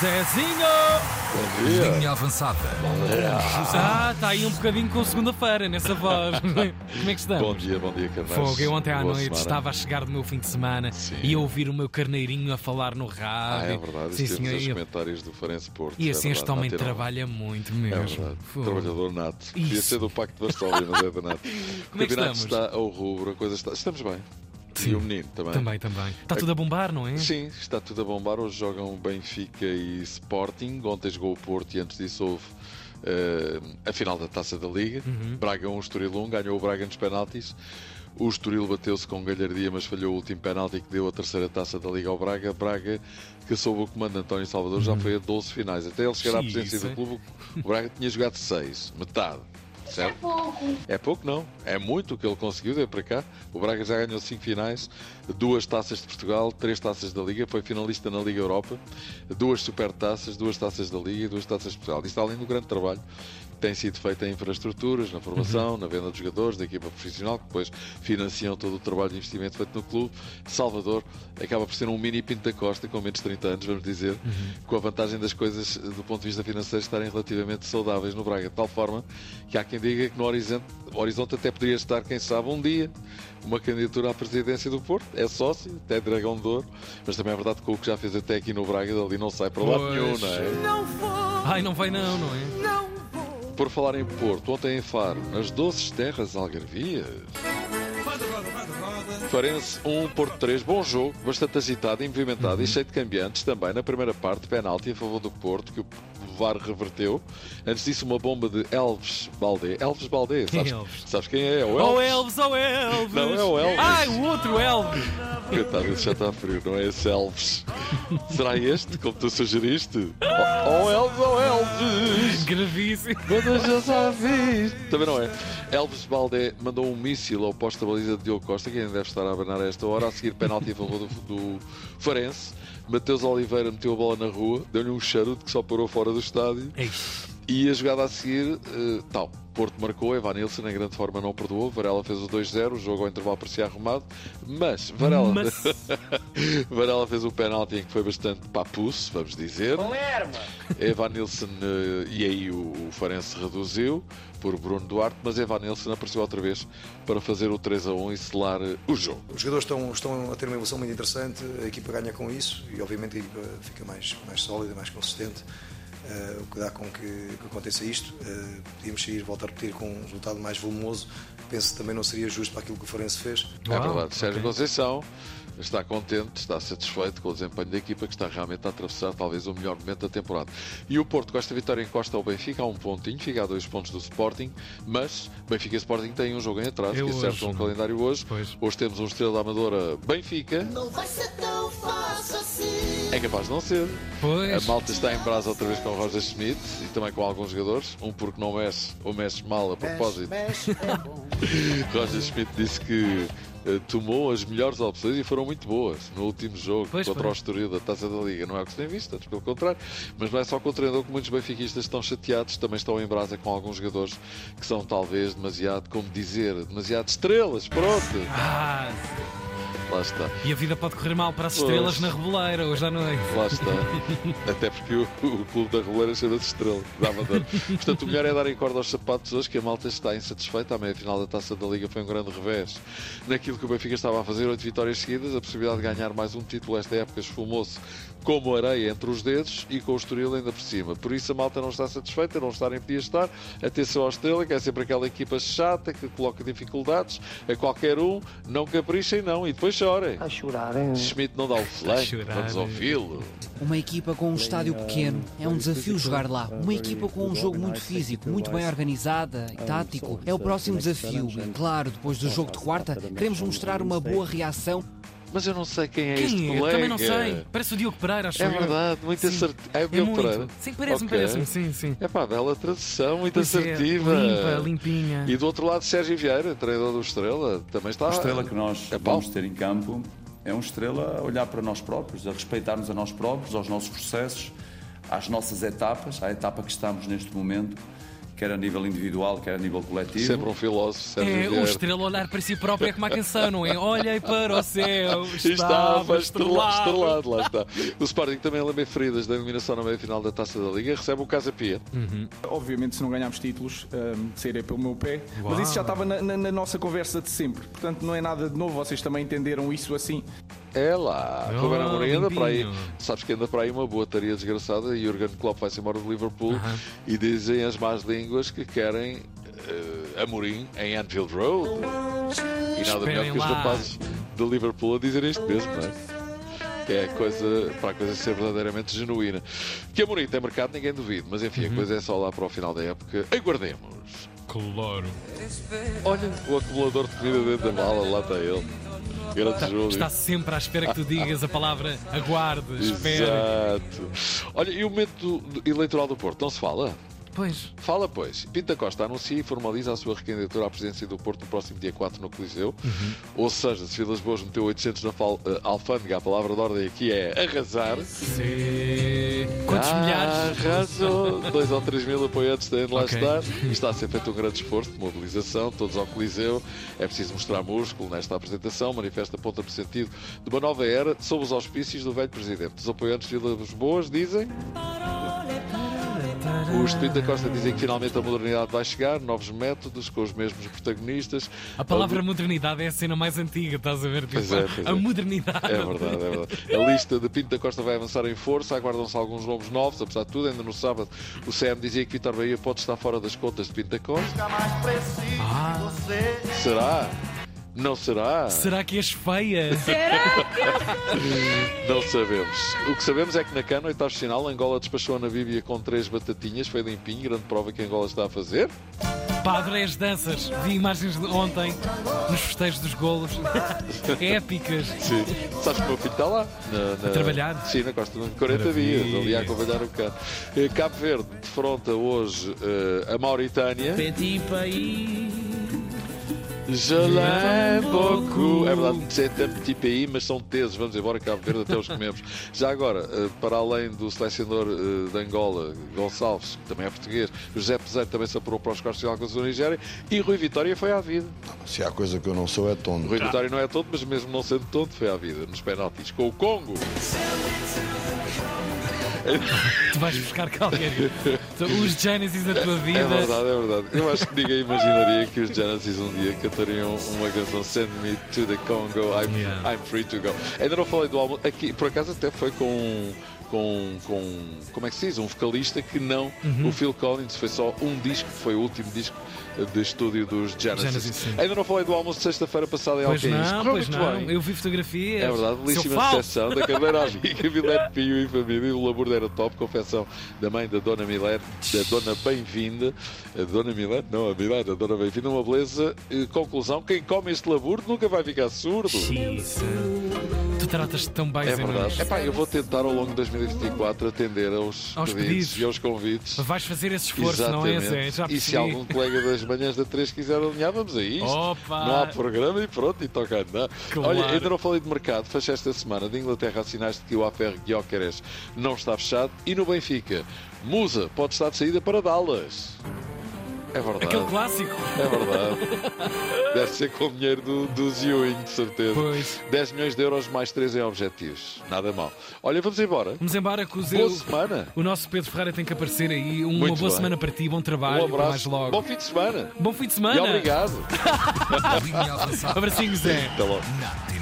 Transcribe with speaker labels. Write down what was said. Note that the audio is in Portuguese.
Speaker 1: Zezinho!
Speaker 2: Linha avançada.
Speaker 1: Ah, está aí um bocadinho com segunda-feira nessa voz. Como é que
Speaker 2: Bom
Speaker 1: estamos?
Speaker 2: dia, bom dia, Carlos.
Speaker 1: Fogo, eu ontem à noite estava a chegar do meu fim de semana
Speaker 2: Sim.
Speaker 1: e a ouvir o meu carneirinho a falar no
Speaker 2: Ah,
Speaker 1: rádio.
Speaker 2: é verdade.
Speaker 1: Sim,
Speaker 2: Sim,
Speaker 1: senhor.
Speaker 2: os
Speaker 1: E,
Speaker 2: comentários do Farense Porto.
Speaker 1: e
Speaker 2: é
Speaker 1: assim
Speaker 2: verdade,
Speaker 1: este homem
Speaker 2: não tiram-
Speaker 1: trabalha muito
Speaker 2: É
Speaker 1: mesmo.
Speaker 2: verdade.
Speaker 1: Fogo.
Speaker 2: Trabalhador nato. Podia
Speaker 1: Isso.
Speaker 2: ser do Pacto de Varsóvia, mas é danado.
Speaker 1: Como é que
Speaker 2: o campeonato
Speaker 1: estamos?
Speaker 2: está ao rubro, a coisa está. Estamos bem.
Speaker 1: Sim.
Speaker 2: E o menino também.
Speaker 1: Também, também. Está tudo a bombar, não é?
Speaker 2: Sim, está tudo a bombar. Hoje jogam Benfica e Sporting. Ontem jogou o Porto e antes disso houve eh, a final da taça da Liga. Braga 1, Estoril 1. Ganhou o Braga nos penaltis. O Estoril bateu-se com galhardia, mas falhou o último penalti que deu a terceira taça da Liga ao Braga. Braga, que sob o comando de António Salvador, já foi a 12 finais. Até ele chegar à
Speaker 1: Sim,
Speaker 2: presença
Speaker 1: isso é.
Speaker 2: do clube, o Braga tinha jogado 6, metade. Certo? É pouco não, é muito o que ele conseguiu daí para cá. O Braga já ganhou cinco finais, duas taças de Portugal, três taças da Liga, foi finalista na Liga Europa, duas supertaças, duas taças da Liga e duas taças de Portugal. Isto além do grande trabalho que tem sido feito em infraestruturas, na formação, na venda de jogadores, da equipa profissional, que depois financiam todo o trabalho de investimento feito no clube. Salvador acaba por ser um mini Pinto da Costa com menos de 30 anos, vamos dizer, com a vantagem das coisas do ponto de vista financeiro estarem relativamente saudáveis no Braga, de tal forma que há quem diga que no horizonte, horizonte até poderia estar, quem sabe, um dia uma candidatura à presidência do Porto. É sócio, até Dragão de Ouro, mas também é verdade que com o que já fez até aqui no Braga, dali não sai para lado
Speaker 1: Pois.
Speaker 2: nenhum, não é?
Speaker 1: Ai, não vai não, não é?
Speaker 2: Por falar em Porto, ontem em Faro, nas doces terras algarvias. Farense 1, Porto 3, bom jogo, bastante agitado e movimentado e cheio de cambiantes também. Na primeira parte, penalti a favor do Porto, que o VAR reverteu. Antes disso, uma bomba de Elves Baldé. Elves Baldé, sabes,
Speaker 1: Elves?
Speaker 2: sabes quem é? É o
Speaker 1: Oh Elves,
Speaker 2: Elves.
Speaker 1: oh Elves!
Speaker 2: Não, é o Elvis.
Speaker 1: Ai, o outro Elves!
Speaker 2: Coitado, esse já está frio, não é esse Elves. Será este, como tu sugeriste? Oh, oh Elves, oh Elves!
Speaker 1: Gravíssimo.
Speaker 2: Quando já sabes. Também não é. Elvis Baldé mandou um míssil ao posto da baliza de Diogo Costa, que ainda deve estar a abanar a esta hora, a seguir penalti a favor do, do Farense. Mateus Oliveira meteu a bola na rua, deu-lhe um charuto que só parou fora do estádio.
Speaker 1: É isto.
Speaker 2: E a jogada a seguir, eh, tal. Porto marcou, Evanilson em grande forma não perdoou, Varela fez o 2-0, o jogo ao intervalo parecia arrumado, mas Varela,
Speaker 1: Mas-
Speaker 2: Varela fez o penalti em que foi bastante papuço, vamos dizer. Evanilson eh, e aí o, o Farense reduziu por Bruno Duarte, mas Evanilson apareceu outra vez para fazer o 3 a 1 e selar eh, o jogo.
Speaker 3: Os jogadores estão, estão a ter uma evolução muito interessante, a equipa ganha com isso e obviamente a equipa fica mais, mais sólida, mais consistente, eh, o que dá com que, que aconteça isto. Eh, podíamos sair, voltar a repetir com um resultado mais volumoso, penso que também não seria justo para aquilo que o Forense fez.
Speaker 2: É
Speaker 1: Uau,
Speaker 2: verdade. Sérgio
Speaker 1: ok.
Speaker 2: Conceição está contente, está satisfeito com o desempenho da equipa que está realmente a atravessar talvez o melhor momento da temporada. E o Porto, com esta vitória, encosta ao Benfica a um pontinho, fica a dois pontos do Sporting, mas Benfica e Sporting têm um jogo em atraso,
Speaker 1: É
Speaker 2: que
Speaker 1: hoje,
Speaker 2: acertam o
Speaker 1: não?
Speaker 2: calendário hoje.
Speaker 1: Pois.
Speaker 2: Hoje temos um Estrela da Amadora Benfica,
Speaker 4: Não vai ser tão fácil assim.
Speaker 2: é capaz de não ser. A
Speaker 1: Pois.
Speaker 2: malta está em brasa outra vez com o Roger Schmidt e também com alguns jogadores, um porque não mexe ou mexe mal a propósito.
Speaker 4: Mexe, é bom.
Speaker 2: Roger Schmidt disse que eh, tomou as melhores opções e foram muito boas no último jogo
Speaker 1: Pois
Speaker 2: contra
Speaker 1: foi.
Speaker 2: o Estoril da Taça da Liga. Não é o que se tem visto, antes pelo contrário. Mas não é só com o treinador que muitos benfiquistas estão chateados, também estão em brasa com alguns jogadores que são talvez demasiado, como dizer, demasiado estrelas. Pronto,
Speaker 1: Ah,
Speaker 2: lá está.
Speaker 1: e a vida pode correr mal para as
Speaker 2: Pois.
Speaker 1: estrelas na reboleira hoje à noite.
Speaker 2: Lá está. Até porque o, o clube da Roleira chama-se Estrela, da Amadora. Portanto, o melhor é dar em corda aos sapatos hoje, que a malta está insatisfeita. A meia-final da Taça da Liga foi um grande revés. Naquilo que o Benfica estava a fazer, oito vitórias seguidas, a possibilidade de ganhar mais um título esta época esfumou-se como areia entre os dedos e com o Estoril ainda por cima. Por isso, a malta não está satisfeita, não está nem podia estar. Atenção ao Estrela, que é sempre aquela equipa chata, que coloca dificuldades a qualquer um. Não caprichem, não. E depois chorem.
Speaker 4: A chorar, hein?
Speaker 2: Schmidt não dá o flanco.
Speaker 1: Chorar.
Speaker 2: Vamos ouvi-lo.
Speaker 5: Uma equipa com um estádio pequeno, é um desafio jogar lá. Uma equipa com um jogo muito físico, muito bem organizada e tático, é o próximo desafio. E claro, depois do jogo de quarta, queremos mostrar uma boa reação
Speaker 2: Mas eu não sei quem é este
Speaker 1: Quem é? Eu
Speaker 2: colega.
Speaker 1: também não sei. Parece o Diogo Pereira, acho
Speaker 2: É
Speaker 1: eu.
Speaker 2: verdade, muita
Speaker 1: Sim.
Speaker 2: certeza. É,
Speaker 1: É
Speaker 2: Bill Pereira.
Speaker 1: muito. Sim, parece-me,
Speaker 2: Ok.
Speaker 1: parece-me. Sim, sim.
Speaker 2: É pá, bela tradução, muito
Speaker 1: Pois é,
Speaker 2: assertiva.
Speaker 1: limpa, limpinha.
Speaker 2: E do outro lado, Sérgio Vieira, treinador do Estrela, também está.
Speaker 6: A estrela que nós
Speaker 2: É pau.
Speaker 6: vamos ter em campo é uma estrela a olhar para nós próprios, a respeitarmos a nós próprios, aos nossos processos, às nossas etapas, à etapa que estamos neste momento, quer a nível individual, quer a nível coletivo.
Speaker 2: Sempre um filósofo, Sérgio
Speaker 1: É, o
Speaker 2: Vieira.
Speaker 1: estrela olhar para si próprio é como a canção, não é? Olhei para o céu,
Speaker 2: Estava
Speaker 1: estava
Speaker 2: estrelado,
Speaker 1: estrelado.
Speaker 2: estrelado, lá está. O Sporting também lembra feridas da eliminação na meia-final da Taça da Liga, recebe o Casa Pia.
Speaker 7: Obviamente, se não ganharmos títulos, hum, seria pelo meu pé. Mas isso já estava na, na- na nossa conversa de sempre. Portanto, não é nada de novo. Vocês também entenderam isso assim.
Speaker 2: É lá, com o Ruben
Speaker 1: Oh,
Speaker 2: Amorim anda para aí,
Speaker 1: limpinho.
Speaker 2: sabes que anda para aí uma boataria desgraçada e Jurgen Klopp vai-se embora do Liverpool e dizem as más línguas que querem eh, Amorim em Anfield Road. E nada melhor
Speaker 1: Esperem
Speaker 2: que os
Speaker 1: lá.
Speaker 2: rapazes do Liverpool a dizerem isto mesmo, não é? Que é coisa, para a coisa ser verdadeiramente genuína. Que Amorim tem mercado, ninguém duvide, mas enfim,
Speaker 1: Uhum.
Speaker 2: a coisa é só lá para o final da época. Aguardemos.
Speaker 1: Claro.
Speaker 2: Olha, o acumulador de comida dentro da mala, lá está ele. Grande Júlio.
Speaker 1: Está sempre à espera que tu digas a palavra aguarde, espera.
Speaker 2: Exato. Olha, e o momento do- eleitoral do Porto, não se fala?
Speaker 1: Pois.
Speaker 2: Fala, pois. Pinta Costa anuncia e formaliza a sua recandidatura à presidência do Porto no próximo dia 4 no Coliseu. Ou seja, se Vilas Boas meteu 800 na fal- eh, alfândega, a palavra de ordem aqui é arrasar.
Speaker 1: Sim. Quantos milhares?
Speaker 2: Ah, Arrasou. 2 ou 3 mil apoiantes têm de lá
Speaker 1: Ok.
Speaker 2: estar. Está a ser feito um grande esforço de mobilização, todos ao Coliseu. É preciso mostrar músculo nesta apresentação. Manifesta aponta para o sentido de uma nova era sob os auspícios do velho presidente. Os apoiantes de Vilas Boas dizem. Os de Pinta Costa dizem que finalmente a modernidade vai chegar, novos métodos, com os mesmos protagonistas.
Speaker 1: A palavra modernidade é a cena mais antiga, estás a ver? Tipo,
Speaker 2: Pois é, pois
Speaker 1: a
Speaker 2: é.
Speaker 1: modernidade.
Speaker 2: É verdade, é verdade. A lista de Pinto da Costa vai avançar em força, aguardam-se alguns nomes novos, apesar de tudo, ainda no sábado o CM dizia que Vitor Bahia pode estar fora das contas de Pinto da Costa.
Speaker 1: Ah,
Speaker 2: Será? Não será?
Speaker 1: será que és feia?
Speaker 2: Não sabemos. O que sabemos é que na cana, oitavo final, Angola despachou a Namíbia com três batatinhas, foi limpinho, grande prova que Angola está a fazer.
Speaker 1: Padre, é as danças. Vi imagens de ontem nos festejos dos golos. É Épicas.
Speaker 2: Sim. Sabes que o meu filho está lá? Na, na,
Speaker 1: A trabalhar?
Speaker 2: Sim, na Costa de 40
Speaker 1: Maravilha.
Speaker 2: dias, ali a acompanhar um bocado. Eh, Cabo Verde defronta hoje eh, a Mauritânia.
Speaker 8: Petit
Speaker 2: tipo
Speaker 8: país.
Speaker 2: Je l'aime beaucoup. É verdade, é um petit pays, mas são teses. Vamos embora, Cabo Verde, até os comemos. Já agora, eh, para além do selecionador eh, de Angola, Gonçalves, que também é português, José Peseiro também se apurou para os quartos de final com a Nigéria, e Rui Vitória foi à vida.
Speaker 9: Se há coisa que eu não sou é tonto.
Speaker 2: Rui Vitória não é tonto, mas mesmo não sendo tonto, foi à vida nos penaltis com o Congo.
Speaker 1: Tu vais buscar Calgary. Os Genesis da tua vida.
Speaker 2: É verdade, é verdade. Eu acho que ninguém imaginaria que os Genesis um dia cantariam uma canção Send Me to the Congo, I'm,
Speaker 1: Yeah.
Speaker 2: I'm Free to Go. Ainda não falei do álbum, aqui por acaso até foi com. Com, com, como é que se diz? Um vocalista que não
Speaker 1: Uhum.
Speaker 2: o Phil Collins, foi só um disco, foi o último disco de estúdio dos Genesis.
Speaker 1: Genesis, sim.
Speaker 2: Ainda não falei do almoço de sexta-feira passada em
Speaker 1: Pois
Speaker 2: Alcaís.
Speaker 1: não,
Speaker 2: Correu
Speaker 1: pois
Speaker 2: muito
Speaker 1: não.
Speaker 2: bem.
Speaker 1: Eu vi fotografias.
Speaker 2: É verdade,
Speaker 1: Seu
Speaker 2: belíssima
Speaker 1: falso.
Speaker 2: sessão da Cadeira Amiga, Milene Pio e família. O labor era top, confecção da mãe da Dona Milene, da Dona Bem-vinda. A Dona Milene, não, a Milene, a Dona Bem-vinda, uma beleza. Eh, Conclusão: quem come este labor nunca vai ficar surdo.
Speaker 1: Xisa. Tu tratas-te tão bem, Zé
Speaker 2: É verdade.
Speaker 1: Nunes.
Speaker 2: Epá, eu vou tentar ao longo de 2024 atender aos,
Speaker 1: Aos pedidos.
Speaker 2: e aos convites.
Speaker 1: Vais fazer esse esforço, não é, Zé? Já
Speaker 2: e
Speaker 1: percebi.
Speaker 2: se algum colega das manhãs da 3 quiser alinhar, vamos a isto.
Speaker 1: Opa!
Speaker 2: Não há programa e pronto, e toca a andar.
Speaker 1: Claro.
Speaker 2: Olha, ainda não falei de mercado. Fecha esta semana de Inglaterra há sinais de que o APR Guiocares não está fechado. E no Benfica, Musa pode estar de saída para Dallas. É verdade.
Speaker 1: Aquele clássico.
Speaker 2: É verdade. Deve ser com o dinheiro do, do Ziuinho, de certeza.
Speaker 1: Pois.
Speaker 2: 10 milhões de euros mais 3 em objetivos. Nada mal. Olha, vamos embora.
Speaker 1: Vamos embora com o Zé.
Speaker 2: Boa semana.
Speaker 1: O nosso Pedro Ferreira tem que aparecer aí. Uma
Speaker 2: Muito
Speaker 1: boa
Speaker 2: bem.
Speaker 1: semana para ti, bom trabalho.
Speaker 2: Um
Speaker 1: até mais
Speaker 2: abraço.
Speaker 1: logo.
Speaker 2: Bom fim de semana.
Speaker 1: Bom fim de
Speaker 2: E
Speaker 1: semana.
Speaker 2: obrigado.
Speaker 1: Abracinho, Zé.
Speaker 2: Até logo.
Speaker 10: Na